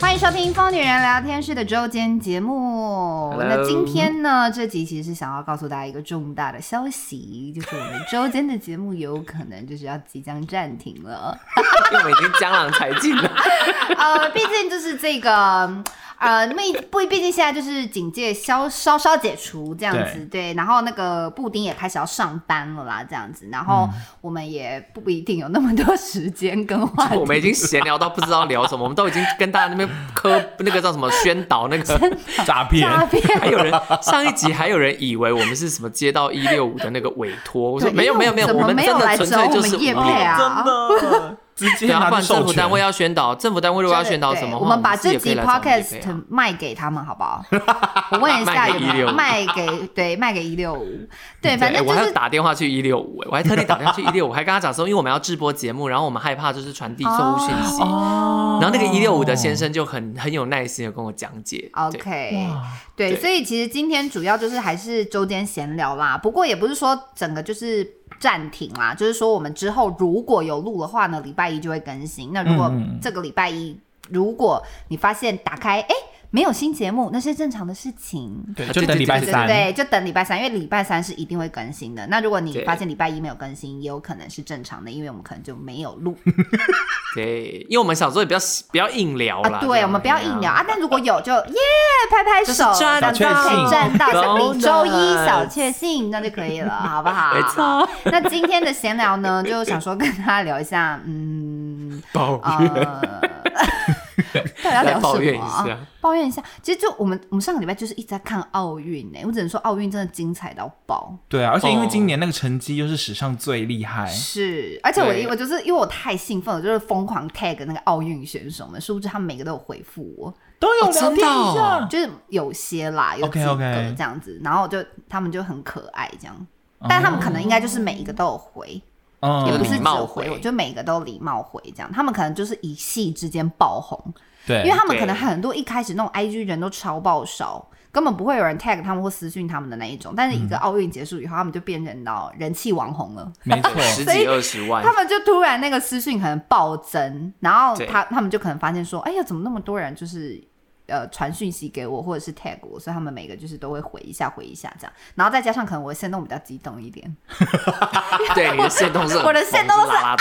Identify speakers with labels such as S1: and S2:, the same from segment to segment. S1: 欢迎收听《疯女人聊天室》的周间节目。
S2: Hello
S1: 那今天呢，这集其实是想要告诉大家一个重大的消息，就是我们周间的节目有可能就是要即将暂停了。
S2: 因为我们已经江郎才尽了。
S1: 呃，毕竟就是这个，呃，那不，毕竟现在就是警戒消稍稍解除这样子，对。然后那个布丁也开始要上班了啦，这样子。然后
S2: 嗯
S1: 我们也不一定有那么多时间跟话
S2: 我
S1: 题。
S2: 们已经闲聊到不知道聊什么，我们都已经跟大家那边科那个叫什么宣导那个，
S3: 诈骗，
S1: 诈骗啊
S2: 还有人上一集还有人以为我们是什么接到一六五的那个委托，我说
S1: 对
S2: 没有没有没有，
S1: 怎么
S2: 我们
S1: 没有
S2: 真的
S1: 来
S2: 纯
S1: 找
S2: 粹
S1: 我
S2: 就
S1: 们
S2: 是
S1: 业
S2: 五
S1: 配
S2: 六
S1: 啊
S3: 真的 直接
S2: 对啊，
S3: 拿
S2: 不
S3: 着
S2: 然政
S3: 授
S2: 府单位
S3: 权。
S2: 要宣导，政府单位如果要宣导什么
S1: 对
S2: 的话，
S1: 我们把
S2: 自
S1: 这
S2: 己也可以
S1: 集
S2: 来找我们业配啊
S1: podcast 卖给他们，好不 好？我问一下，
S2: 卖
S1: 有
S2: 给
S1: 没有
S2: 165
S1: 卖给对卖给一六五？对，
S2: 对哎
S1: 反正
S2: 我
S1: 就
S2: 还要
S1: 是
S2: 打电话去一六五，我还特地打电话去一六五，还跟他讲说，因为我们要直播节目，然后我们害怕就是传递错误讯息，
S3: 哦
S2: 然后那个一六五的先生就很很有耐心的跟我讲解。
S1: 哦
S2: 对
S1: OK，
S3: 哇
S1: 对，
S2: 对
S1: 所以其实今天主要就是还是周间闲聊啦，不过也不是说整个就是暂停啦，就是说我们之后如果有录的话呢，礼拜一就会更新。那如果
S3: 嗯嗯
S1: 这个礼拜一，如果你发现打开哎。诶没有新节目，那是正常的事情。
S3: 对，
S2: 啊
S3: 就
S2: 对
S3: 等
S2: 对
S3: 礼拜
S2: 对
S1: 对
S3: 三，
S1: 对，就等礼拜三，因为礼拜三是一定会更新的。那如果你
S2: 对
S1: 发现礼拜一没有更新，也有可能是正常的，因为我们可能就没有录
S2: 对，因为我们想说也不要不要硬聊啦，哎
S1: 啊。对，我们不要硬聊。啊。但如果有就耶，拍拍手，
S2: 就是赚
S1: 这样
S3: 到
S1: 可以赚到小比
S2: Donuts
S1: 周 一小确幸，那就可以了，好不好？
S2: 没错。
S1: 那今天的闲聊呢，就想说跟大家聊一下，嗯，
S3: 抱
S1: 呃， 到底要
S2: 来
S1: 聊什么啊？
S2: 抱怨一下，
S1: 抱怨一下，其实就我们我们上个礼拜就是一直在看奥运欸呢、我只能说奥运真的精彩到爆。
S3: 对啊，而且因为
S2: 哦
S3: 今年那个成绩又是史上最厉害，
S1: 是，而且我
S2: 对
S1: 我就是因为我太兴奋了，就是疯狂 tag 那个奥运选手们，殊不知他们每个都有回复我，
S3: 都有
S2: 哦
S3: 聊
S2: 真
S3: 天
S2: 的哦
S3: 一下，
S1: 就是有些啦，有几
S3: OK，
S1: 个
S3: OK
S1: 这样子然后就他们就很可爱这样，但他们可能应该就是每一个都有回，
S3: 哦嗯
S1: 也不
S2: 礼
S1: 是只
S2: 貌
S1: 有回
S2: 回
S1: 我，就每个都礼貌回这样，他们可能就是一夕之间爆红，
S3: 对，
S1: 因为他们可
S2: 对
S1: 能很多一开始那种 IG 人都超爆少。根本不会有人 tag 他们或私讯他们的那一种，但是一
S3: 嗯
S1: 个奥运结束以后，他们就变成到人气网红了。
S3: 没错，
S2: 十
S1: 所以
S2: 几二十万
S1: 他，们就突然那个私讯可能暴增，然后
S2: 对
S1: 他他们就可能发现说，哎呀，怎么那么多人就是呃传讯息给我，或者是 tag 我，所以他们每个就是都会回一下回一下这样，然后再加上可能我的线动比较激动一点，
S2: 对你的线都是 很
S1: 我的线都是啊
S2: 疯啦啦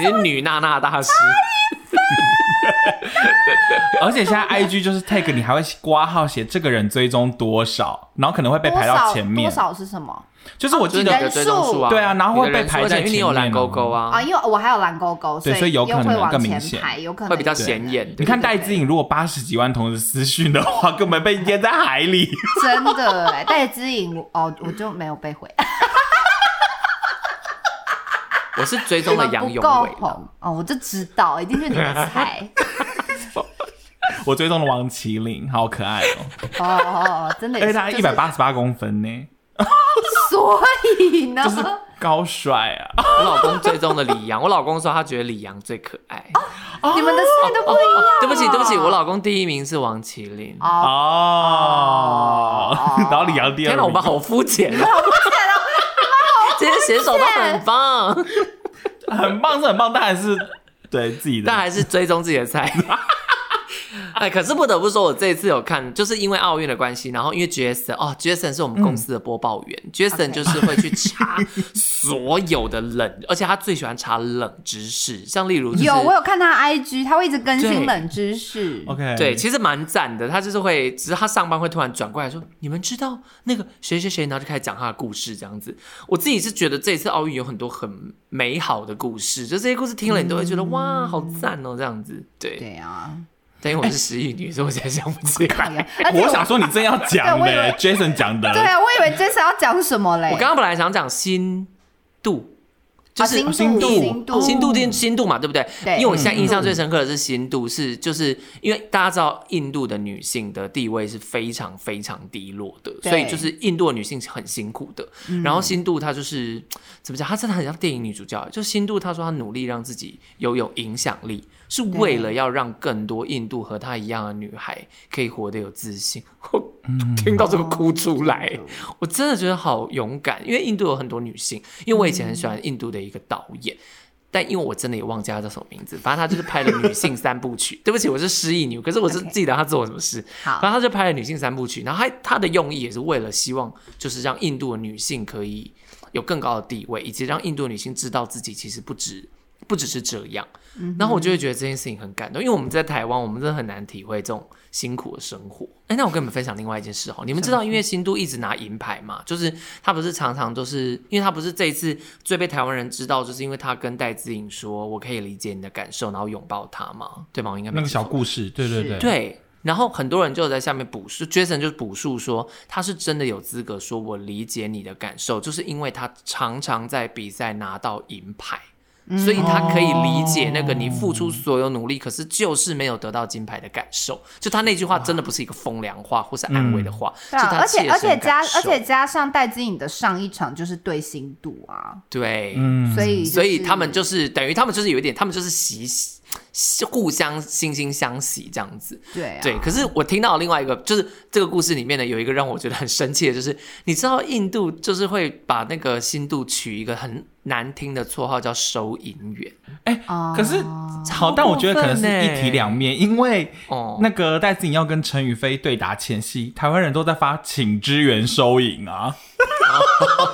S2: 队，你是女娜娜大师，
S3: 而且现在 IG 就是 tag 你还会挂号写这个人追踪多少，然后可能会被
S1: 多
S3: 排
S1: 少
S3: 到前
S1: 多
S3: 面，
S1: 少哦是什么
S3: 就是我
S2: 就是你
S3: 记得
S2: 的追踪数啊，
S3: 对啊然后会
S2: 你的人
S3: 被
S2: 数
S3: 排在
S2: 而且因为你有
S3: 前面
S2: 蓝勾勾
S1: 啊？
S2: 啊，
S1: 因为我还有蓝勾勾，
S3: 对所以有
S1: 又
S3: 可能
S1: 会往
S3: 更明
S1: 前
S3: 显
S1: 排，有可能
S2: 会比较
S1: 就
S2: 显眼。
S3: 你
S2: 对
S3: 看
S2: 对
S3: 戴资颖如果八十几万同时私讯的话，根本被淹在海里。
S1: 真的哎、戴之颖我哦，我就没有被 回，
S2: 我是追踪了杨
S1: 不
S2: 永
S1: 够
S2: 伟啦，
S1: 红哦，我就知道，一定是你们 猜。
S3: 我追踪了王麒麟，好可爱 哦、
S1: 哦哦哦，真的也
S3: 而且
S1: 是，
S3: 他
S1: 就
S3: 哎一
S1: 是
S3: 百，八十八公分呢，
S1: 所以呢，
S3: 就是高帅啊！
S2: 我老公追踪了李阳，我老公说他觉得李阳最可爱。
S1: 哦
S2: 哦
S1: 你们的菜都不一样。
S2: 对不起，对不起，我老啊公第一名是王麒麟。
S1: 哦，
S3: 哦， 然后李阳第二
S2: 天哪，我
S3: 名
S2: 们，好肤浅哦！ 这些选手都很棒，
S3: 很棒是很棒，但还是对自己的
S2: 但还是追踪自己的菜。哎，可是不得不说，我这一次有看，就是因为奥运的关系，然后因为 Jason 哦，Jason 是我们公司的播报员、j a s o
S1: OK
S2: n 就是会去查所有的冷，而且他最喜欢查冷知识，像例如、就是、
S1: 有我有看他 IG，他会一直更新
S2: 对
S1: 冷知识。
S3: OK
S2: 对，其实蛮赞的。他就是会，只是他上班会突然转过来说：“你们知道那个谁谁谁？”然后就开始讲他的故事，这样子。我自己是觉得这一次奥运有很多很美好的故事，就这些故事听了你都会觉得、哇，好赞哦，这样子。对，
S1: 嗯对啊，
S2: 但因为我是失忆女，所以我现在想不起
S1: 哎
S2: 来。
S1: 呀而且
S3: 我想说你真要讲
S1: 对我以为
S3: 的，Jason 讲的，
S1: 对啊，我以为 Jason 要讲什么嘞？
S2: 我刚刚本来想讲新度，就
S1: 啊
S2: 是
S1: 新度新
S2: 新
S1: 度嗯
S2: 新度定新度嘛，对不对？
S1: 对
S2: 因为我现在印象最深刻的是新度，是就是因为大家知道印度的女性的地位是非常非常低落的，
S1: 对
S2: 所以就是印度的女性是很辛苦的。然后新度她就是怎么讲，她真的很像电影女主角。就新度她说她努力让自己有有影响力，是为了要让更多印度和她一样的女孩可以活得有自信。 我听到这个哭出来。我真的觉得好勇敢，因为印度有很多女性，因为我以前很喜欢印度的一个导演。但因为我真的也忘记他叫什么名字，反正他就是拍了女性三部曲。 对不起，我是失忆女，可是我是
S1: OK
S2: 记得他做了什么事。
S1: 好
S2: 反正他就拍了女性三部曲，然后他他的用意也是为了希望就是让印度的女性可以有更高的地位，以及让印度的女性知道自己其实不止不只是这样。然后我就会觉得这件事情很感动，因为我们在台湾，我们真的很难体会这种辛苦的生活。哎，那我跟你们分享另外一件事哦，你们知道因为新都一直拿银牌嘛，就是他不是常常都是，因为他不是这一次最被台湾人知道，就是因为他跟戴资颖说“我可以理解你的感受”，然后拥抱他嘛，对吗？我应该没
S3: 那个
S2: 记错
S3: 小故事，对对对，
S2: 对，然后很多人就在下面补述，Jason 就补述说，他是真的有资格说我理解你的感受，就是因为他常常在比赛拿到银牌。
S1: 嗯
S2: 所以他可以理解那个你付出所有努力，可是就是没有得到金牌的感受。就他那句话真的不是一个风凉话或是安慰的话，
S1: 对
S2: 是
S1: 啊，
S2: 他
S1: 而且
S2: 切
S1: 而且
S2: 身
S1: 加
S2: 感受
S1: 而且加上戴资颖的上一场就是对新度啊，
S2: 对，
S3: 嗯，
S1: 所以
S2: 所以
S1: 就是
S2: 他们就是等于他们就是有一点，他们就是喜喜互相惺惺相惜这样子。
S1: 对啊
S2: 对，可是我听到另外一个，就是这个故事里面呢，有一个让我觉得很生气的，就是你知道印度就是会把那个新度取一个很难听的绰号叫收银 员
S3: 哎、
S1: 哦
S3: 可是
S2: 超
S3: 好，但我觉得
S2: 过
S3: 可能
S2: 分
S3: 是
S2: 欸
S3: 一体两面，因
S1: 欸
S3: 为
S2: 哦。
S3: 那个戴资颖要跟陈宇飞对打前夕，台湾人都在发请支援收银啊，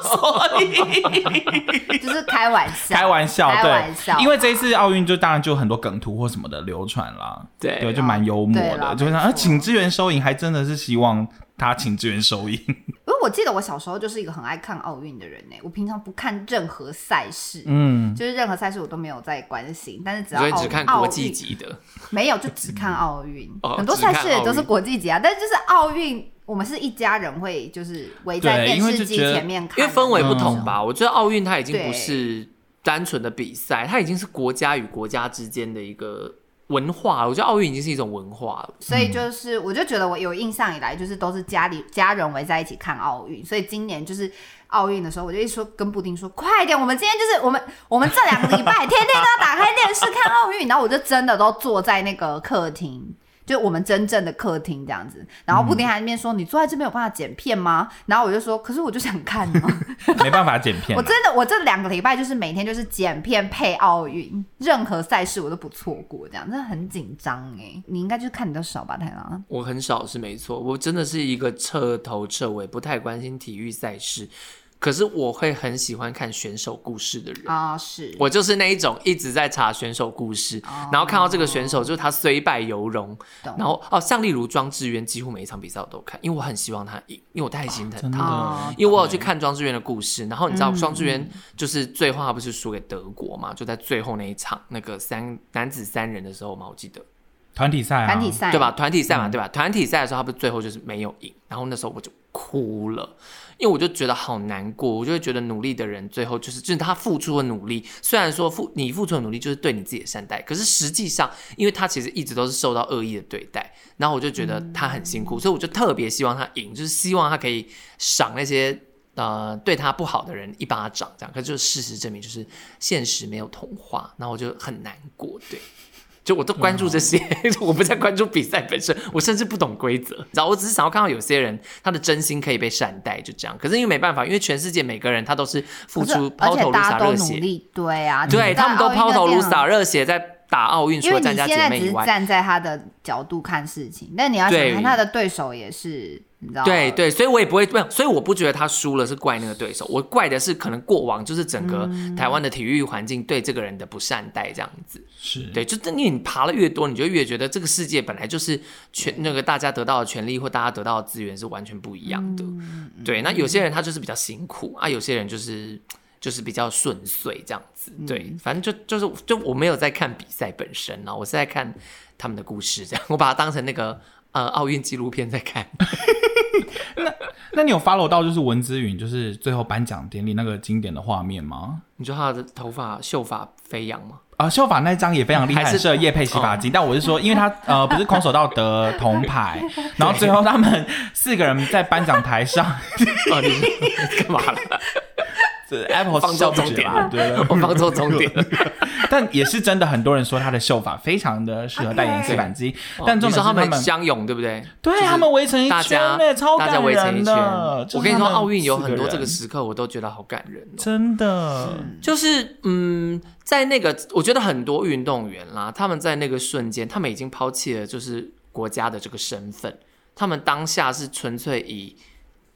S1: 就是开玩笑，
S3: 开玩笑，
S1: 开
S3: 对，
S1: 玩笑，
S3: 因为这一次奥运就当然就有很多梗图或什么的流传啦，
S2: 对
S3: 对，就蛮幽默
S1: 对啦
S3: 的，就会想
S1: 没错
S3: 啊，请支援收银，还真的是希望他请支援收银，
S1: 因为我记得我小时候就是一个很爱看奥运的人呢、我平常不看任何赛事。
S3: 嗯，
S1: 就是任何赛事我都没有在关心，但是只要
S2: 所以
S1: 奥
S2: 只看
S1: 奥
S2: 国
S1: 运
S2: 际级的，
S1: 没有，就只看奥运。
S2: 哦
S1: 很多
S2: 只看
S1: 赛事也都
S2: 奥
S1: 是
S2: 运
S1: 国际级啊，但是就是奥运，我们是一家人会就是围在
S3: 对
S1: 电
S3: 因为
S1: 视
S3: 就
S1: 机
S3: 觉得
S1: 前面看，
S2: 因为氛围不同吧。我觉得奥运它已经不
S1: 对
S2: 是单纯的比赛，它已经是国家与国家之间的一个文化。我觉得奥运已经是一种文化了。
S1: 所以就是，我就觉得我有印象以来，就是都是家里家人围在一起看奥运，所以今年就是奥运的时候，我就一说跟布丁说，快点，我们今天就是我们我们这两个礼拜 天天都要打开电视看奥运，然后我就真的都坐在那个客厅。就我们真正的客厅这样子，然后布丁还在那边说：“你坐在这边有办法剪片吗？”然后我就说：“可是我就想看啊，
S3: 没办法剪 片
S1: 我，
S3: 啊
S1: 真的我这两个礼拜就是每天就是剪片配奥运，任何赛事我都不错过，这样真的很紧张哎。你应该就是看的少吧，太郎？
S2: 我很少是没错，我真的是一个彻头彻尾不太关心体育赛事，可是我会很喜欢看选手故事的人。
S1: 啊、是，
S2: 我就是那一种一直在查选手故事，然后看到这个选手就是他虽败犹荣，
S1: 懂
S2: 然后哦，像例如庄智渊，几乎每一场比赛我都看，因为我很希望他赢，因为我太心疼
S3: 真
S2: 他
S3: 的
S2: 了。
S1: 哦
S2: 因为我有去看庄智渊的故事，然后你知道庄智渊就是最后他不是输给德国嘛，就在最后那一场那个三男子三人的时候嘛，我记得
S3: 团体赛、啊，
S1: 团体，赛
S2: 对吧？？团体赛嘛，对吧？团体赛的时候，他不是最后就是没有赢，然后那时候我就哭了，因为我就觉得好难过，我就会觉得努力的人最后就是，就是他付出的努力，虽然说付你付出的努力就是对你自己的善待，可是实际上，因为他其实一直都是受到恶意的对待，然后我就觉得他很辛苦，所以我就特别希望他赢，就是希望他可以赏那些。呃，对他不好的人一巴掌，这样，可是就事实证明，就是现实没有童话，那我就很难过，对。就我都关注这些，
S1: 哦
S2: 我不再关注比赛本身，我甚至不懂规则，你知道，我只是想要看到有些人他的真心可以被善待，就这样。可是因为没办法，因为全世界每个人他都是付
S1: 可是
S2: 出
S1: 而
S2: 抛头
S1: 且
S2: 颅洒
S1: 大家都
S2: 热
S1: 努
S2: 血，
S1: 力，对啊，
S2: 对
S1: 你
S2: 他们都
S1: 在
S2: 抛头
S1: 奥运
S2: 颅
S1: 那这样
S2: 洒。热血在打奥运，除
S1: 因为
S2: 了
S1: 你
S2: 参加
S1: 现
S2: 姐
S1: 在
S2: 妹
S1: 只
S2: 以
S1: 是
S2: 外，
S1: 站在他的角度看事情，但你要
S2: 对
S1: 想看他的对手也是，你知道吗？
S2: 对对，所以我也不会，没有，所以我不觉得他输了是怪那个对手，我怪的是可能过往就是整个
S1: 嗯
S2: 台湾的体育环境对这个人的不善待这样子。
S3: 是
S2: 对，就因为你爬了越多，你就越觉得这个世界本来就是全那个大家得到的权利或大家得到的资源是完全不一样的。
S3: 嗯
S2: 对，那有些人他就是比较辛苦啊，有些人就是。就是比较顺遂这样子，
S3: 嗯
S2: 对，反正就就是就我没有在看比赛本身啊啦，我是在看他们的故事，这样 我把它当成那个呃奥运纪录片在看。
S3: 那你有 follow 到就是文姿云就是最后颁奖典礼那个经典的画面吗？
S2: 你说他的头发秀发飞扬吗？
S3: 啊，秀法那一张也非常厉害，
S2: 还是
S3: 很适合叶佩洗发精。但我是说，因为他呃不是空手道得铜牌，然后最后他们四个人在颁奖台上，
S2: 哦，你是干嘛了？
S3: 这 Apple
S2: 放
S3: 受
S2: 到
S3: 不
S2: 终
S3: 了
S2: 点
S3: 啊对
S2: 我放错终点，
S3: 但也是真的，很多人说他的秀发非常的适合代言洗板机， 但重
S2: 哦你
S3: 点是
S2: 说他
S3: 们
S2: 们相拥对不对？
S3: 对
S2: 是
S3: 他们围成一
S2: 大
S3: 圈
S2: 家
S3: 呢，超
S2: 大家
S3: 感
S2: 围成
S3: 人
S2: 一圈
S3: 的。。
S2: 我跟你说，奥运有很多这
S3: 就是他
S2: 个
S3: 们
S2: 时刻，我都觉得好感人、哦。
S3: 四个人真的，
S2: 就是嗯，在那个我觉得很多运动员啦，他们在那个瞬间，他们已经抛弃了就是国家的这个身份，他们当下是纯粹以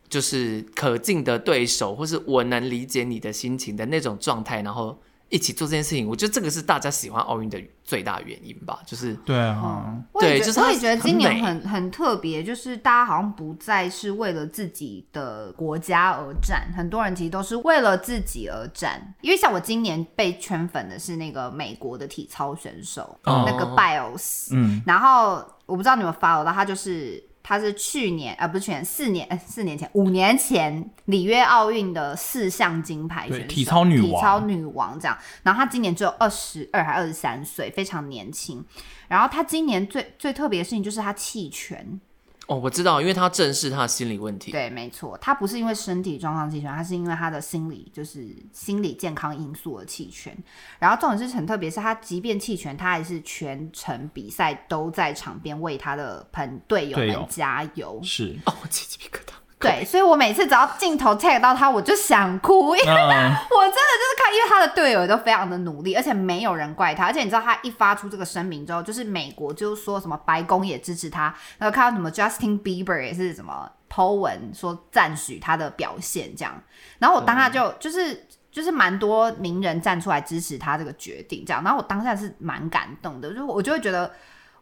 S2: 就是可敬的对手，或是我能理解你的心情的那种状态，然后一起做这件事情。我觉得这个是大家喜欢奥运的最大原因吧，就是
S3: 对啊，
S1: 我也
S2: 对
S1: 觉
S2: 就是
S1: 我
S2: 它
S1: 也觉得今
S2: 很
S1: 年
S2: 美
S1: 很很特别，就是大家好像不再是为了自己的国家而战，很多人其实都是为了自己而战。因为像我今年被圈粉的是那个美国的体操选手，
S2: 哦
S1: 那个 Biles，
S3: 嗯，
S1: 然后我不知道你们 follow 到他，就是他是去年啊，不是去年，四年，呃四年前，五年前里约奥运的四项金牌选
S3: 对
S1: 手，
S3: 体操女王
S1: 体操女王这样。然后他今年只有二十二还二十三岁，非常年轻。然后他今年最最特别的事情就是他弃权，
S2: 哦，我知道，因为他正视他的心理问题。
S1: 对，没错，他不是因为身体状况弃权，他是因为他的心理就是心理健康因素而弃权。然后重点是很特别，是他即便弃权，他还是全程比赛都在场边为他的朋队友
S3: 队友
S1: 们加油。
S3: 是，
S2: 哦，我起鸡皮疙瘩。
S1: 对，所以我每次只要镜头 check 到他，我就想哭，因为
S3: 嗯，
S1: 我真的就是看，因为他的队友都非常的努力，而且没有人怪他。而且你知道，他一发出这个声明之后，就是美国就是说什么白宫也支持他，然后看到什么 Justin Bieber 也是什么 Po 文说赞许他的表现这样。然后我当下就、
S2: 嗯
S1: 就是就是蛮多名人站出来支持他这个决定这样。然后我当下是蛮感动的，就我就会觉得。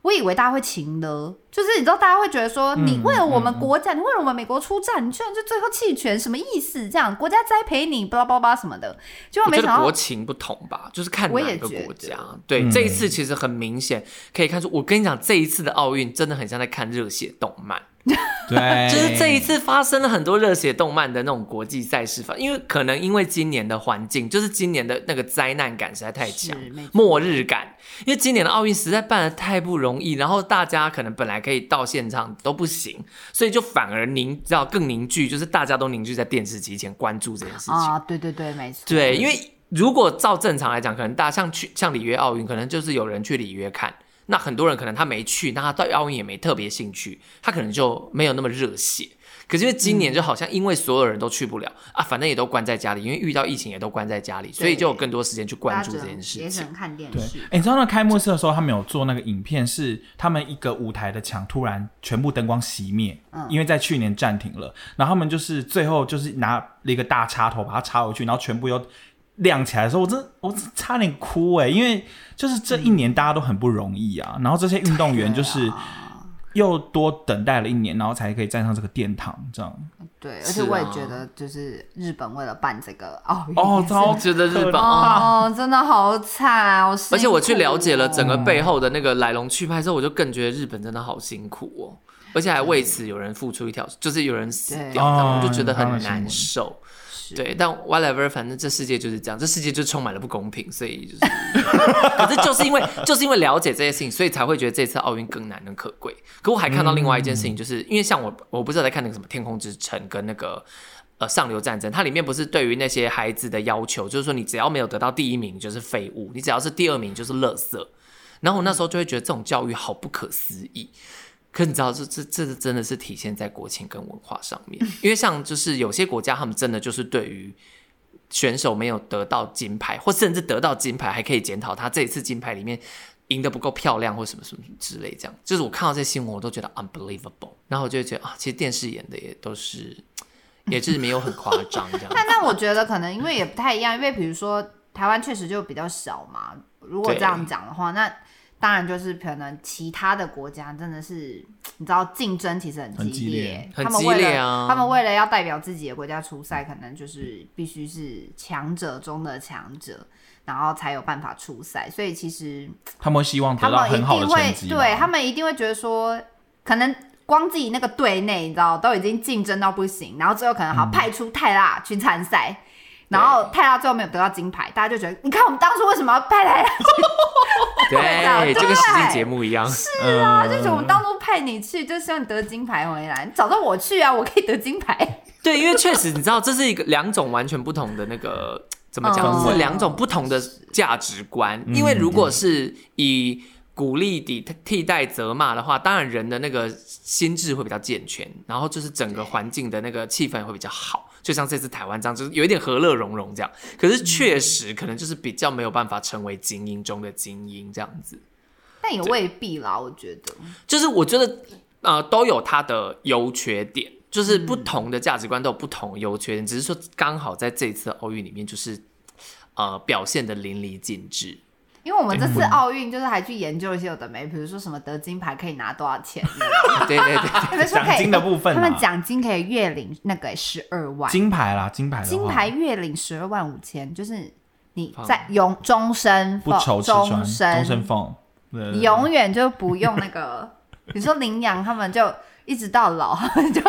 S1: 我以为大家会情的，就是你知道，大家会觉得说，你
S2: 嗯
S1: 为了我们国家，你为了我们美国出战，你居然就最后弃权，什么意思？这样国家栽培你，巴拉巴拉巴拉什么的，结果
S2: 我
S1: 没
S2: 觉得
S1: 想
S2: 国
S1: 到，
S2: 情不同吧，就是看
S1: 我
S2: 哪
S1: 也
S2: 一个
S1: 觉
S2: 国
S1: 得
S2: 家。对，
S3: 嗯
S2: 这一次其实很明显可以看出，我跟你讲，这一次的奥运真的很像在看热血动漫，
S3: 对，
S2: 就是这一次发生了很多热血动漫的那种国际赛事法，因为可能因为今年的环境，就是今年的那个灾难感实在太强
S1: 是没错，
S2: 末日感。因为今年的奥运实在办的太不容易，然后大家可能本来可以到现场都不行，所以就反而凝，知道更凝聚，就是大家都凝聚在电视机前关注这件事情。
S1: 啊，对对对，没错，
S2: 对，因为如果照正常来讲，可能大家像去像里约奥运，可能就是有人去里约看，那很多人可能他没去，那他对奥运也没特别兴趣，他可能就没有那么热血。可是因为今年就好像因为所有人都去不了、啊，反正也都关在家里，因为遇到疫情也都关在家里，所以就有更多时间去关
S1: 大家
S2: 注
S1: 只
S2: 这
S1: 能
S2: 件事
S1: 也只
S2: 情。
S1: 能看电
S3: 对，
S1: 视
S3: 哎。你知道那开幕式的时候，他们有做那个影片，是他们一个舞台的墙突然全部灯光熄灭，
S2: 嗯
S3: 因为在去年暂停了，然后他们就是最后就是拿了一个大插头把它插回去，然后全部又亮起来的时候，我真我真差点哭哎、因为就是这一
S2: 嗯
S3: 年大家都很不容易啊，然后这些运动员就是
S2: 啊
S1: 啊
S3: 又多等待了一年，然后才可以站上这个殿堂这样。
S1: 对，而
S2: 是
S1: 且我也
S2: 啊
S1: 觉得，就是日本为了办这个奥运
S3: 哦
S1: 也，是
S3: 超
S2: 觉得日本
S3: 可怕
S1: 哦，真的好惨，好
S2: 啊而且我去
S1: 辛苦
S2: 了解了
S1: 哦
S2: 整个背后的那个来龙去脉之后，我就更觉得日本真的好辛苦哦，而且还为此有人付出一条，就是有人死
S1: 对。
S2: 掉，然后我
S3: 哦
S2: 就觉得
S3: 刚
S2: 很
S3: 刚的新
S2: 难
S3: 闻
S2: 受。对，但 whatever，反正这世界就是这样，这世界就充满了不公平，所以就是，可是就是因为就是因为了解这些事情，所以才会觉得这次奥运更难能可贵。可我还看到另外一件事情，就是、因为像我，我不是有在看那个什么《天空之城》跟那个呃《上流战争》，它里面不是对于那些孩子的要求，就是说你只要没有得到第一名就是废物，你只要是第二名就是垃圾。然后我那时候就会觉得这种教育好不可思议。可你知道，这这这是真的是体现在国情跟文化上面，因为像就是有些国家，他们真的就是对于选手没有得到金牌，或甚至得到金牌，还可以检讨他这一次金牌里面赢得不够漂亮，或什么什么之类，这样。就是我看到这些新闻，我都觉得 unbelievable，然后我就会觉得啊，其实电视演的也都是，也就是没有很夸张这样
S1: 但但我觉得可能因为也不太一样，因为比如说台湾确实就比较小嘛。如果
S2: 对
S1: 这样讲的话，那当然就是可能其他的国家真的是，你知道竞争其实很
S3: 很
S1: 激
S3: 激烈
S2: 很
S1: 他们
S2: 激
S1: 为
S2: 烈
S1: 了、
S2: 啊
S1: 他们为了要代表自己的国家出赛，可能就是必须是强者中的强者，然后才有办法出赛。所以其实
S3: 他们希望
S1: 他
S3: 得到
S1: 们一
S3: 很好的啊
S1: 定会
S3: 成绩嘛，
S1: 对他们一定会觉得说，可能光自己那个队内，你知道都已经竞争到不行，然后最后可能好派出泰拉去参赛。然后泰拉最后没有得到金牌，大家就觉得，你嗯看我们当初为什么要派泰拉？对
S2: 对，就跟实境节目一样，
S3: 是啊，
S1: 就觉得我们当初派你去，就是希望你得金牌回来。你找到我去啊，我可以得金牌。
S2: 对，因为确实你知道，这是一个两种完全不同的那个怎么讲，
S1: 哦
S2: 是两种不同的价值观。因为如果是以鼓励抵替代责骂的话，当然人的那个心智会比较健全，然后就是整个环境的那个气氛也会比较好。就像这次台湾这样，就是有一点和乐融融这样。可是确实可能就是比较没有办法成为精英中的精英这样子。
S1: 但也未必啦，我觉得。
S2: 就是我觉得呃都有它的优缺点，就是
S1: 嗯
S2: 不同的价值观都有不同的优缺点，只是说刚好在这一次奥运里面就是。呃，表现的淋漓尽 致，
S1: 因为我们这次奥运就是还去研究一些有的没，比如说什么得金牌可以拿多少 钱，
S2: 对对对，
S1: 比如说可以
S3: 奖金的部分啊
S1: 他们奖金可以月领那个十二万，
S3: 金牌啦，金牌的话，
S1: 金牌月领十二万五千，就是你在永终身
S3: 不愁吃穿，
S1: 终
S3: 终身
S1: 身，
S3: 俸，对对
S1: 你
S3: 对
S1: 永远就不用那个， 比如说羚羊他们就。一直到老， 他们就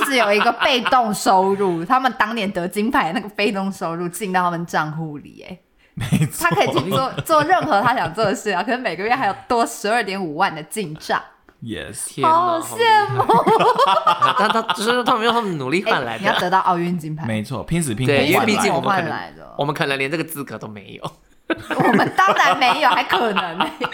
S1: 一直有一个被动收入。他们当年得金牌那个被动收入进到他们账户里，哎，
S3: 没 错
S1: 他，可以去做做任何他想做的事啊，可能每个月还有多十二点五万的进账，
S3: yes，
S2: 天哪，
S1: 好
S2: 厉
S1: 羡
S2: 害！但他就是他们用他们努力换来
S1: 哎你要
S2: 的，
S1: 得到奥运金牌，
S3: 没错，拼死拼活
S2: 对，因为
S3: 换
S2: 毕
S3: 来
S2: 竟我
S1: 我
S2: 们可
S1: 换
S2: 能
S1: 来的
S2: 我们可能连这个资格都没有，
S1: 我们当然没有，还可能呢、
S2: 我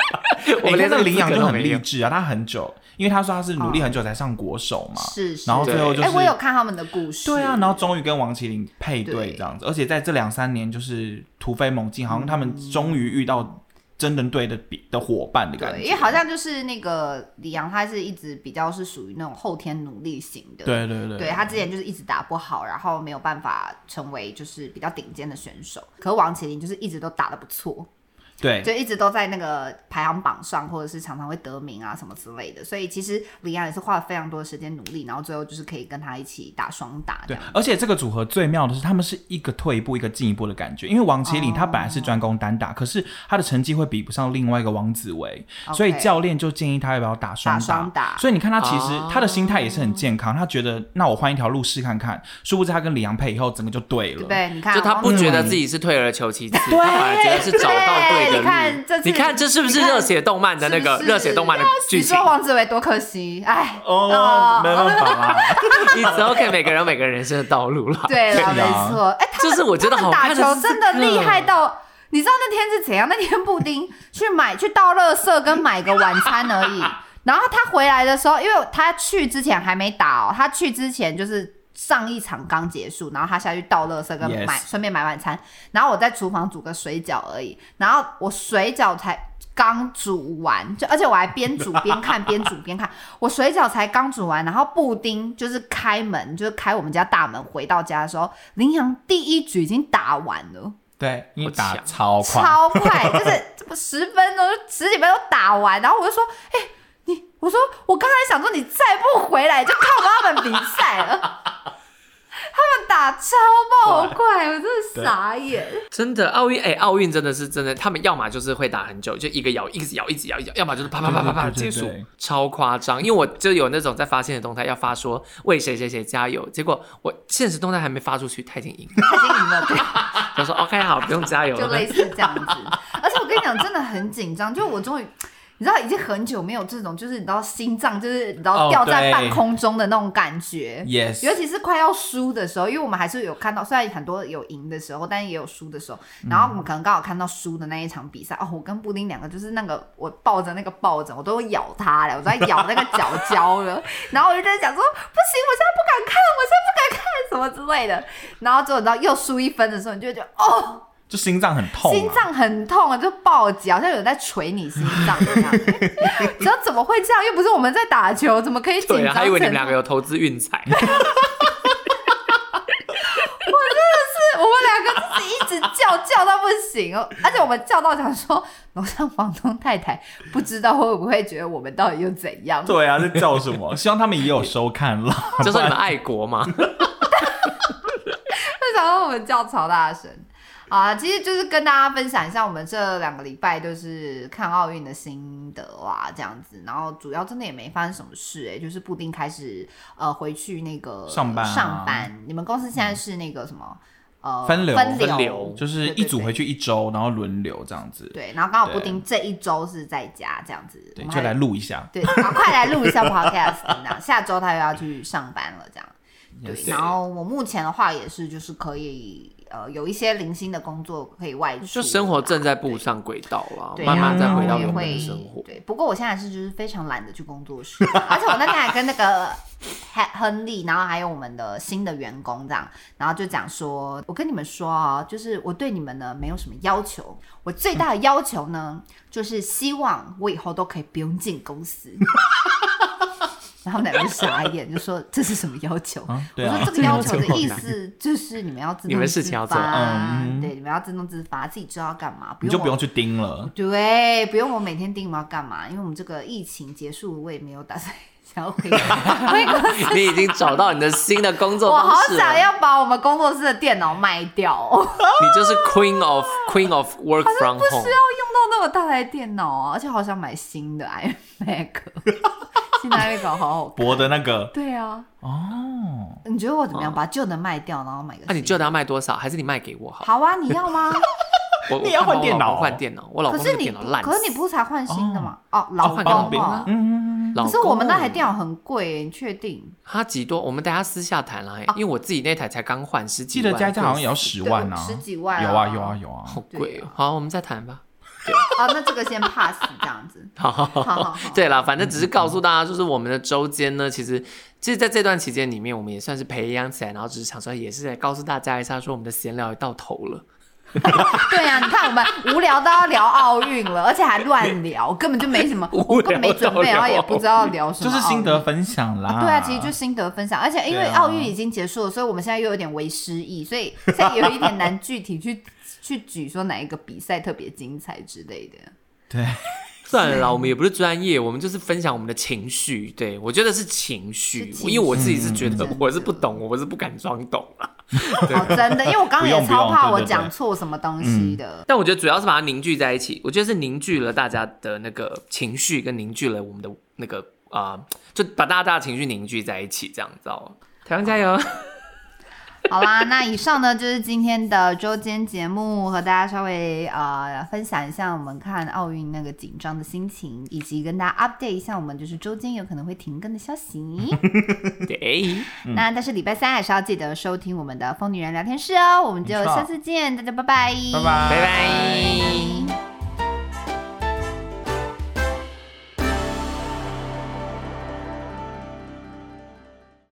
S3: 我
S1: 哎
S2: 们
S3: 们
S2: 连
S3: 连
S2: 这个
S3: 哎那个
S2: 领
S3: 领
S2: 养
S3: 养
S2: 就
S3: 就
S2: 很
S3: 很
S2: 励
S3: 励志啊，他很久，因为他说他是努力很久才上国手嘛，
S1: 是是
S3: 然后最后
S1: 哎、
S3: 就是
S1: 我有看他们的故事，
S3: 对啊，然后终于跟王麒麟配对
S1: 对
S3: 这样子，而且在这两三年就是突飞猛进，好像他们终于遇到真人队的比的伙伴的感
S1: 对，因为
S3: 觉，
S1: 好像就是那个李阳，他是一直比较是属于那种后天努力型的，
S3: 对对对
S1: 对他之前就是一直打不好，然后没有办法成为就是比较顶尖的选手，可王麒麟就是一直都打得不错，
S3: 对
S1: 就一直都在那个排行榜上，或者是常常会得名啊什么之类的。所以其实李安也是花了非常多的时间努力，然后最后就是可以跟他一起打双打这
S3: 对
S1: 样。，
S3: 而且这个组合最妙的是，他们是一个退一步，一个进一步的感觉。因为王麒麟他
S1: 哦
S3: 本来是专攻单打，可是他的成绩会比不上另外一个王子维
S1: 哦 OK
S3: 所以教练就建议他要不要打双
S1: 打双打
S3: 所以你看他其实、
S2: 哦
S3: 他的心态也是很健康，他觉得那我换一条路试看看，殊不知他跟李阳配以后，整个就对
S1: 对
S3: 了。
S1: 不对？你看，
S2: 就他不觉得自己是退而求其次，他反而觉得是找到对
S1: 对
S2: 的
S1: 你看这
S2: 路。
S1: 次
S2: 你看这是不是热血动漫的那
S1: 是
S2: 个
S1: 不是
S2: 热血动漫的
S1: 你
S2: 剧情
S1: 说？王子维多可惜，哎，
S3: 哦
S1: 哦，
S3: 没办法啦，
S2: 你只 OK，每个人有每个人人生的道路啦。
S1: 对
S3: 对
S1: 了，
S3: 啊
S1: 没错，哎，他们
S2: 就是我觉得
S1: 他们
S2: 好
S1: 打
S2: 看的
S1: 球
S2: 是嗯
S1: 真的
S2: 这个
S1: 厉害到。你知道那天是怎样？那天布丁去买去倒垃圾跟买个晚餐而已。然后他回来的时候，因为他去之前还没打哦，他去之前就是上一场刚结束，然后他下去倒垃圾跟买
S3: Yes
S1: 顺便买晚餐。然后我在厨房煮个水饺而已，然后我水饺才刚煮完，就而且我还边煮边看，边煮边看。我水饺才刚煮完，然后布丁就是开门，就是开我们家大门回到家的时候，羚羊第一局已经打完了，
S3: 对，因为
S2: 好
S3: 打
S2: 强
S3: 超快，
S1: 超快， 就是十分钟、十几分钟打完，然后我就说，哎、你，我说我刚才想说你再不回来就看不到他们比赛了， 他们打超爆快，我真的傻眼。
S2: 真的奥运，哎、奥运真的是真的，他们要么就是会打很久，就一个摇，一直摇，一直摇，一直摇，要么就是啪啪啪啪啪
S3: 对对
S2: 结
S3: 对
S2: 束，
S3: 对对
S2: 超夸张。因为我就有那种在发现的动态要发说为谁谁谁加油，结果我现实动态还没发出去，他已经赢了，
S1: 他已经赢了，对，
S2: 他说 OK 好，不用加油
S1: 就
S2: 了
S1: 类。似这样子。而且我跟你讲，真的很紧张，就我终于。你知道已经很久没有这种，就是你知道心脏就是你知道
S3: 哦
S1: 吊在
S3: 对
S1: 半空中的那种感觉
S3: Yes
S1: 尤其是快要输的时候，因为我们还是有看到，虽然很多有赢的时候，但也有输的时候。然
S2: 嗯
S1: 后我们可能刚好看到输的那一场比赛，哦，我跟布丁两个就是那个我抱着那个抱枕，我都会咬它了，我都在咬那个脚胶了。然后我就在想说，不行，我现在不敢看，我现在不敢看什么之类的。然后之后你知道又输一分的时候，你就会觉得哦，
S3: 就心脏很痛、啊，
S1: 心脏很痛啊，就暴击，好像有人在捶你心脏一样。 你知道怎么会这样？又不是我们在打球，怎么可以紧
S2: 对
S1: 张？
S2: 啊，还以为你们两个，有投资运彩，
S1: 是 我们两个就是一直叫叫到不行 哦，而且我们叫到想说，楼上房东太太不知道会不会觉得我们到底又怎样？
S3: 对啊，这叫什么？ 希望他们也有收看啦。
S2: 就说你们爱 国嘛。
S1: 为什么我们叫曹大神？啊，其实就是跟大家分享一下我们这两个礼拜就是看奥运的心得啦，这样子。然后主要真的也没发生什么事、欸，哎，就是布丁开始呃回去那个
S3: 上班啊
S1: 上班。你们公司现在是那个什么、呃
S3: 分流
S1: 分
S2: 分流
S3: 就是一组回
S1: 去
S3: 去一周，然后轮流这样子，
S1: 对对，然后刚好布
S3: 对
S1: 丁这一周是在家这样子，
S3: 对，
S1: 我们
S3: 就
S1: 还
S3: 来录一 下。
S1: 对，然后快来录一下 podcast，这样下周他又要去上班了，这样。对
S2: Yes，
S1: 然后我目前的话也是，就是可以呃有一些零星的工作可以外出，
S2: 就生活正在步上轨道啦，
S1: 对。对，
S2: 慢慢再
S1: 然后
S2: 回到
S1: 也
S2: 原本
S1: 会
S2: 的生活。
S1: 对，不过我现在是就是非常懒得去工作室，而且我那天还跟那个亨亨利，然后还有我们的新的员工这样，然后就讲说，我跟你们说啊、就是我对你们呢没有什么要求，我最大的要求呢、就是希望我以后都可以不用进公司。 然后奶奶就傻眼，就说这是什么要求？
S3: 啊，对
S1: 我
S3: 啊
S1: 说，这个要求的意思就是你们要自动
S2: 你们
S1: 自
S2: 事情要做
S1: 发
S3: 嗯
S1: 对，你们要自动自发，自己知道要干嘛，用
S3: 你
S1: 啊
S3: 就不
S1: 我
S3: 用去盯了。
S1: 对，不用我每天盯你们要干嘛，因为我们这个疫情结束，我也没有打算想要 回回公司。
S2: 你已经找到你的新的工作
S1: 我
S2: 方
S1: 好
S2: 式了，
S1: 想要把我们工作室的电脑卖掉 哦，
S2: 你就是 Queen of Queen of Work from
S1: 用
S2: Home。
S1: 到那么大台电脑啊，而且好想买新的 iMac，新的 iMac 好好。
S3: 博的那个
S1: 对啊，
S3: 哦，
S1: 你觉得我怎么样？把旧的卖掉，然后买个新的？
S2: 啊那、你旧的要卖多少？还是你卖给我好？
S1: 好啊？你要 吗？
S2: 我
S3: 你要换电脑
S2: 我看我老公换电脑，我老
S1: 哦可
S2: 公
S1: 是
S2: 的
S1: 你
S2: 电脑
S1: 不，
S2: 烂死。啊
S1: 可是你不是才换新的吗？哦，老
S2: 换
S1: 公
S3: 给我
S1: 哦。
S3: 嗯，
S2: 老
S1: 可
S2: 公，
S1: 是我们那台电脑很贵耶，你确定？
S2: 他几多？我们等下私下谈
S1: 啊
S2: 啦、欸因为我自己那台才刚换十几
S3: 记
S2: 万，
S3: 得加一加好像也要十万啊，
S1: 对十几万啊
S3: 有啊有啊有啊
S2: 好，贵
S1: 对
S2: 哦、
S1: 啊
S2: 好，我们再谈吧。
S1: 啊，那这个先 pass 这样 子。
S2: 好好
S1: 好好
S2: 好
S1: 好，
S2: 对啦，反正只是告诉大家，就是我们的周间呢，其实其实在这段期间里面，我们也算是培养起来，然后只是想说，也是在告诉大家一下，说我们的闲聊也到头了。
S1: 对啊，你看我们无聊到要聊奥运了，而且还乱聊，根本就没什么，
S2: 无
S1: 我根本
S2: 聊
S1: 没准
S2: 到
S1: 备，
S2: 聊
S1: 然后也不知道聊什
S3: 就
S1: 么。
S3: 是心得。分享啦。
S1: 对啊，其实就心得分享，而且因为
S3: 对啊
S1: 奥运已经结束了，所以我们现在又有点为失忆，所以现在有一点难具体去 去举说哪一个比赛特别精彩之类的。
S3: 对，
S2: 算了啦，我们也不是专业，我们就是分享我们的情绪。对我觉得是情绪
S1: 是，情绪
S2: 因为我自己是觉得
S1: 嗯
S2: 我是不懂，我是不敢装懂啦。
S1: 哦，真的，因为我刚刚
S3: 不
S1: 也
S3: 用不用
S1: 超怕我
S3: 对对对
S1: 讲错什么东西的。
S2: 但我觉得主要是把它凝聚在一起，我觉得是凝聚了大家的那个情绪，跟凝聚了我们的那个啊、就把大家的情绪凝聚在一起，这样知道吗？台湾加油！
S1: 好啦，那以上呢就是今天的周间节目，和大家稍微呃分享一下我们看奥运那个紧张的心情，以及跟大家 update 一下我们就是周间有可能会停更的消息。
S2: 对，
S1: 那但是礼拜三还是要记得收听我们的疯女人聊天室哦，我们就
S3: 没错嗯
S1: 下次见，大家拜拜，
S3: 拜拜
S2: 拜拜。